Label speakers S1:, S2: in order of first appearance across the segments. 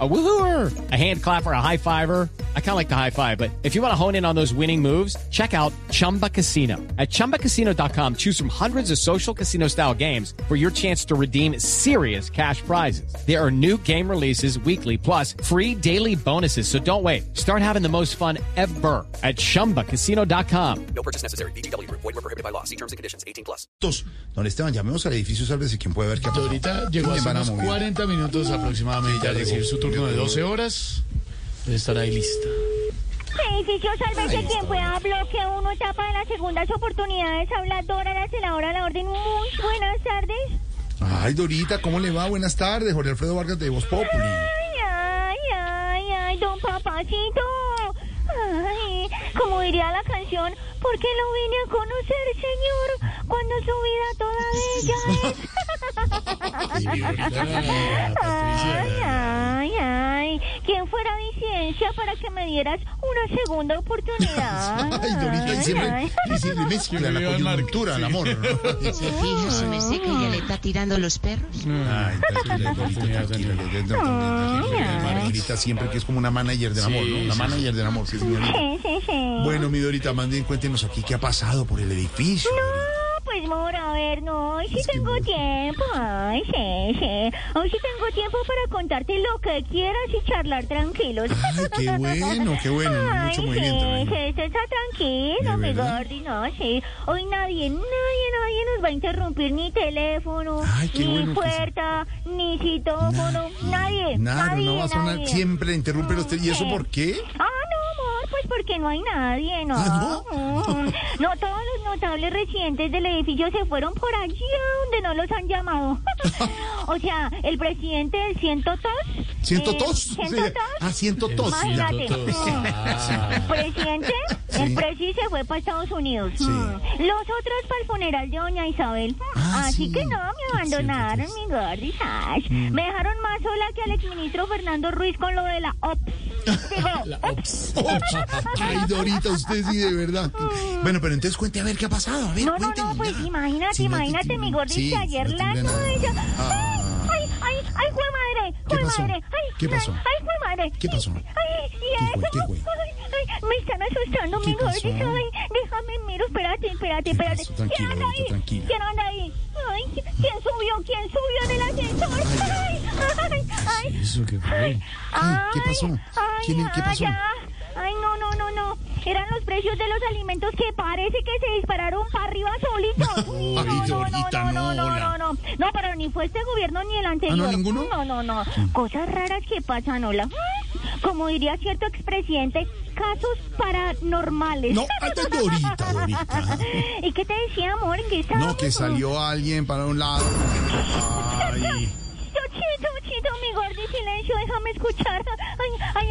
S1: A woohooer, a hand clapper, a high fiver. I kind of like the high five, but if you want to hone in on those winning moves, check out Chumba Casino. At chumbacasino.com, choose from hundreds of social casino style games for your chance to redeem serious cash prizes. There are new game releases weekly, plus free daily bonuses. So don't wait. Start having the most fun ever at chumbacasino.com.
S2: No purchase necessary. BGW. Void were prohibited by law. See terms and conditions. 18 plus.
S3: Dos. Don Esteban, llamemos al edificio, sálvese quien puede ver qué ha
S4: De
S3: pasado.
S4: ahorita llegó
S3: Me
S4: hace
S3: van a
S4: unos
S3: mover.
S4: 40 minutos aproximadamente a recibir su turno de 12 horas. Debe estar ahí lista.
S5: Edificio, sálvese quien pueda, bloque uno, etapa de las segundas oportunidades, habla Dora, la celadora, la orden, muy buenas tardes.
S3: Ay, Dorita, ¿cómo le va? Buenas tardes, Jorge Alfredo Vargas de Voz Populi.
S5: Ay, ay, ay, ay, don papacito. Ay, como diría la canción, ¿por qué lo vine a conocer, señor? Cuando su vida toda bella es. ay, ay, ay, ¿quién fuera disidencia para que me dieras una segunda oportunidad?
S3: Ay, Dorita, y siempre, y siempre mezcla la coyuntura, el amor.
S6: Fijo, su merced que ya le está tirando los perros.
S3: Ay, tranquila, Dorita, tranquila, Dorita, tranquila. Dorita siempre que es como una manager del amor, ¿no? Una manager del amor, sí, señorita.
S5: Sí, sí, sí.
S3: Bueno, mi Dorita, manden, cuéntenos aquí qué ha pasado por el edificio.
S5: No, pues mora, a ver, no, hoy sí
S3: Es que
S5: tengo
S3: Mora.
S5: tiempo, ay, sí, sí, hoy sí tengo tiempo para contarte lo que quieras y charlar tranquilos.
S3: Ay, qué bueno, qué bueno,
S5: Ay,
S3: mucho movimiento,
S5: sí,
S3: bueno.
S5: sí, usted está tranquilo,
S3: ¿De
S5: mi
S3: verdad?
S5: gordi, no, sí, hoy nadie, nadie, nadie nos va a interrumpir ni teléfono,
S3: Ay, qué
S5: ni
S3: bueno que sí.
S5: puerta, ni citófono, nadie,
S3: Nada,
S5: nadie,
S3: no va a sonar,
S5: nadie.
S3: siempre le interrumpe a usted. ¿Y eso por qué?
S5: Ah, no, amor, pues porque no hay nadie, ¿no?
S3: Ah, ¿no?
S5: Mm. No, todos los notables residentes del edificio se fueron por allí donde no los han llamado. o sea, el presidente del 102.
S3: ¿Siento
S5: eh,
S3: tos?
S5: 102.
S3: Ah, siento tos.
S5: Imagínate.
S4: Ah,
S5: Mm. Presidente, el presi se fue para Estados Unidos.
S3: Sí.
S5: Mm. Los otros para el funeral de doña Isabel. Mm.
S3: Ah,
S5: Así
S3: sí. Mm.
S5: que no, me abandonaron, mi gordis. Ay, Me dejaron más sola que al exministro Fernando Ruiz con lo de la OPS. Digo, OPS.
S3: Ay, Dorita, usted sí, de verdad. Bueno, pero entonces cuente a ver qué ha pasado. A ver,
S5: Mm. No, no,
S3: cuénteme,
S5: no, pues
S3: ya.
S5: imagínate,
S3: Si no te
S5: imagínate, mi
S3: timbra-
S5: gordita,
S3: Sí, si
S5: ayer
S3: no
S5: la
S3: timbra nada.
S5: noche.
S3: Ah.
S5: Ay, ay, ay, jue madre,
S3: ¿Qué
S5: jue
S3: pasó?
S5: madre, ay,
S3: ¿Qué pasó?
S5: ay, ay, jue madre.
S3: ¿Qué pasó?
S5: Ay, y
S3: ¿Qué fue?
S5: eso,
S3: ¿Qué fue?
S5: ay, ay, me están asustando,
S3: ¿Qué
S5: mi
S3: pasó?
S5: gordita, ay, déjame, miro, espérate, espérate,
S3: ¿Qué
S5: espérate.
S3: pasó? Tranquila,
S5: ¿Quién anda
S3: gordita,
S5: ahí?
S3: tranquila.
S5: ¿Quién anda ahí? Ay, ¿quién subió? ¿Quién subió del ascensor? Ay, ay, ay.
S4: eso que fue.
S3: Ay, ¿qué pasó? ¿Quién- qué
S5: ay,
S3: pasó?
S5: ya. Ay, no, no, no, no. Eran los precios de los alimentos que parece que se dispararon para arriba solitos. Uy,
S3: Ay, Dorita, no,
S5: no, no,
S3: hola.
S5: no, no. No, pero ni fue este gobierno ni el
S3: Ah,
S5: anterior.
S3: ¿no, ninguno?
S5: No, no, no. Cosas raras que pasan, hola. Mm, Como diría cierto expresidente, casos paranormales.
S3: No, antes Dorita, Dorita.
S5: ¿Y qué te decía, amor? ¿En qué
S3: No,
S5: estábamos?
S3: que salió alguien para un lado. Ay.
S5: Chito, chito, mi gordi, silencio, déjame escuchar. Ay, hay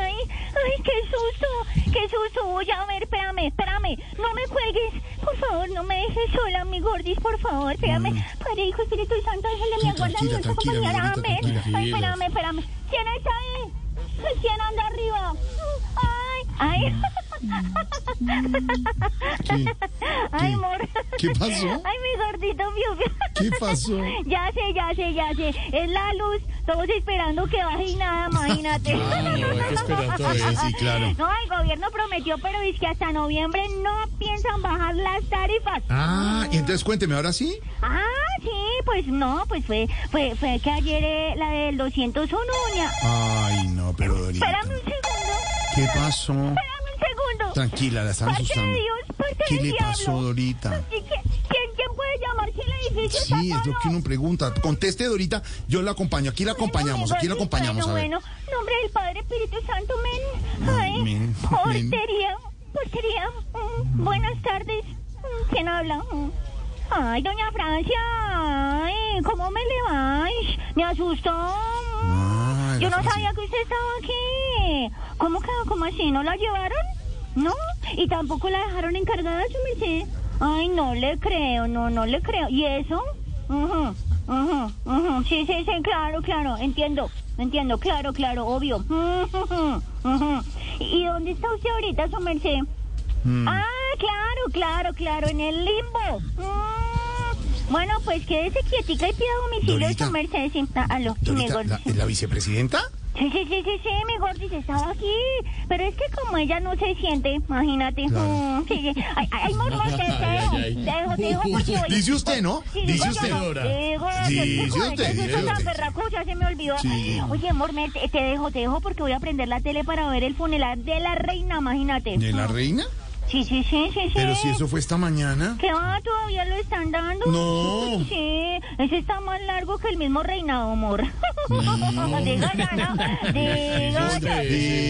S5: ay, ay, qué susto, qué susto, voy a ver, espérame, espérame, no me cuelgues, por favor, no me dejes sola, mi gordis, por favor, espérame, Padre, Hijo, Espíritu Santo, ángel de mi
S3: Sí,
S5: aguarda,
S3: Mm. tranquila,
S5: mi
S3: tranquila,
S5: compañía,
S3: Margarita,
S5: amén,
S3: tranquila.
S5: ay, espérame, espérame, ¿quién está ahí? Ay, ¿Quién anda arriba? Ay, ay,
S3: ¿Qué,
S5: ay, amor,
S3: ¿Qué pasó?
S5: ay, mi gordito, miu, miu.
S3: ¿Qué pasó?
S5: Ya sé, ya sé, ya sé. Es la luz. Todos esperando que baje y nada, imagínate.
S4: no, hay que esperar todavía.
S3: Sí, sí, claro.
S5: No, el gobierno prometió, pero es que hasta noviembre no piensan bajar las tarifas.
S3: Ah, y entonces cuénteme, ¿ahora sí?
S5: Ah, sí, pues no, pues fue fue, fue que ayer eh, la del 201, doña.
S3: Ay, no, pero Dorita.
S5: Espérame un segundo.
S3: ¿Qué pasó?
S5: Espérame un segundo.
S3: Tranquila, la están
S5: Parte de
S3: asustando.
S5: Dios, parte
S3: ¿Qué
S5: del
S3: le pasó,
S5: diablo. Pues,
S3: Dorita?
S5: ¿Y qué- ¿Quién, quién puede llamar si el edificio está
S3: Sí, es lo que
S5: solo?
S3: uno pregunta. Conteste, Dorita, yo la acompaño. Aquí la acompañamos, aquí la
S5: Bueno,
S3: acompañamos. A ver.
S5: Bueno, bueno, nombre del Padre Espíritu Santo, men.
S3: Ay,
S5: Ay,
S3: men, men.
S5: portería. porquería. Mm, Buenas tardes. Mm, ¿Quién habla? Mm. Ay, doña Francia. Ay, ¿cómo me le vais? Me asustó.
S3: Ah,
S5: Yo
S3: la
S5: no
S3: Francia.
S5: sabía que usted estaba aquí. ¿Cómo, que- cómo así? ¿No la llevaron? No, y tampoco la dejaron encargada, su merced. Ay, no le creo, no, no le creo. ¿Y eso? Ujú, ujú, ujú. Sí, sí, sí, claro, claro, entiendo, entiendo, claro, claro, obvio. Ujú, ujú. ¿Y dónde está usted ahorita, su merced?
S3: Hmm.
S5: Ah, claro, claro, claro, en el limbo. Mm. Bueno, pues quédese quietica y pida domicilio,
S3: Dorita.
S5: su merced. Sí, Ah, aló, sí, mi
S3: Dorita,
S5: gordi.
S3: ¿la, la vicepresidenta?
S5: Sí, sí, sí, sí, sí, mi gordis estaba aquí. Pero es que como ella no se siente, imagínate. Mm, sí, sí. Ay, ay, ay, mormor, te dejo.
S4: Ay, ay, ay.
S5: Te dejo, te dejo porque voy.
S3: Dice usted, ¿no?
S5: Sí,
S3: Dice
S5: digo,
S3: usted.
S5: yo no,
S4: Dora.
S5: digo,
S3: Dice
S5: yo digo,
S3: usted,
S5: es que
S3: dice
S5: eso tan
S3: usted.
S5: berraco, ya se me olvidó.
S3: Sí.
S5: Oye, Mormer, te, te dejo, te dejo porque voy a prender la tele para ver el funeral de la reina, imagínate.
S3: ¿De la reina?
S5: Sí, sí, sí, sí, sí.
S3: Pero si eso fue esta mañana.
S5: ¿Qué va? ¿Todavía lo están dando?
S3: No.
S5: Sí, ese está más largo que el mismo reinado, amor. diga ya, ¿no? Diga yo,
S4: Hombre,
S5: digo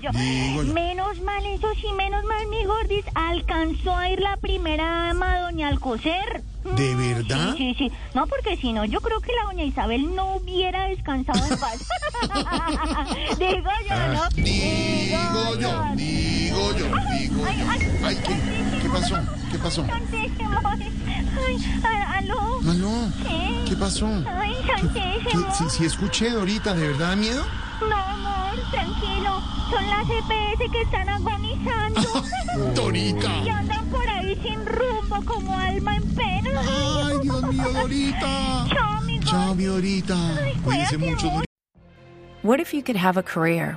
S5: yo.
S3: digo yo.
S5: Menos mal, eso sí, menos mal, mi gordis, alcanzó a ir la primera dama, doña Alcocer.
S3: ¿De verdad?
S5: Sí, sí, sí. No, porque si no, yo creo que la doña Isabel no hubiera descansado en paz. digo yo, ¿no?
S3: Digo Ah, yo, digo yo, digo
S5: Ay,
S3: yo.
S5: ay,
S3: Ay, ¿qué, qué pasó? ¿Qué pasó?
S5: Santísimo. Ay, a- aló.
S3: Aló, ¿qué pasó?
S5: Ay,
S3: ¿Qué-
S5: santísimo.
S3: si, si escuché, Dorita, ¿de verdad da miedo?
S5: No, amor, tranquilo. Son las EPS que están agonizando.
S3: Dorita.
S5: Y andan por ahí sin rumbo como alma en pena.
S3: Ay, Dios mío, Dorita.
S5: Chao, mi
S3: Chao, mi Dorita.
S5: Ay,
S3: Cuídense
S5: cuídate
S3: mucho,
S5: mucho.
S3: Dorita.
S7: What if you could have a career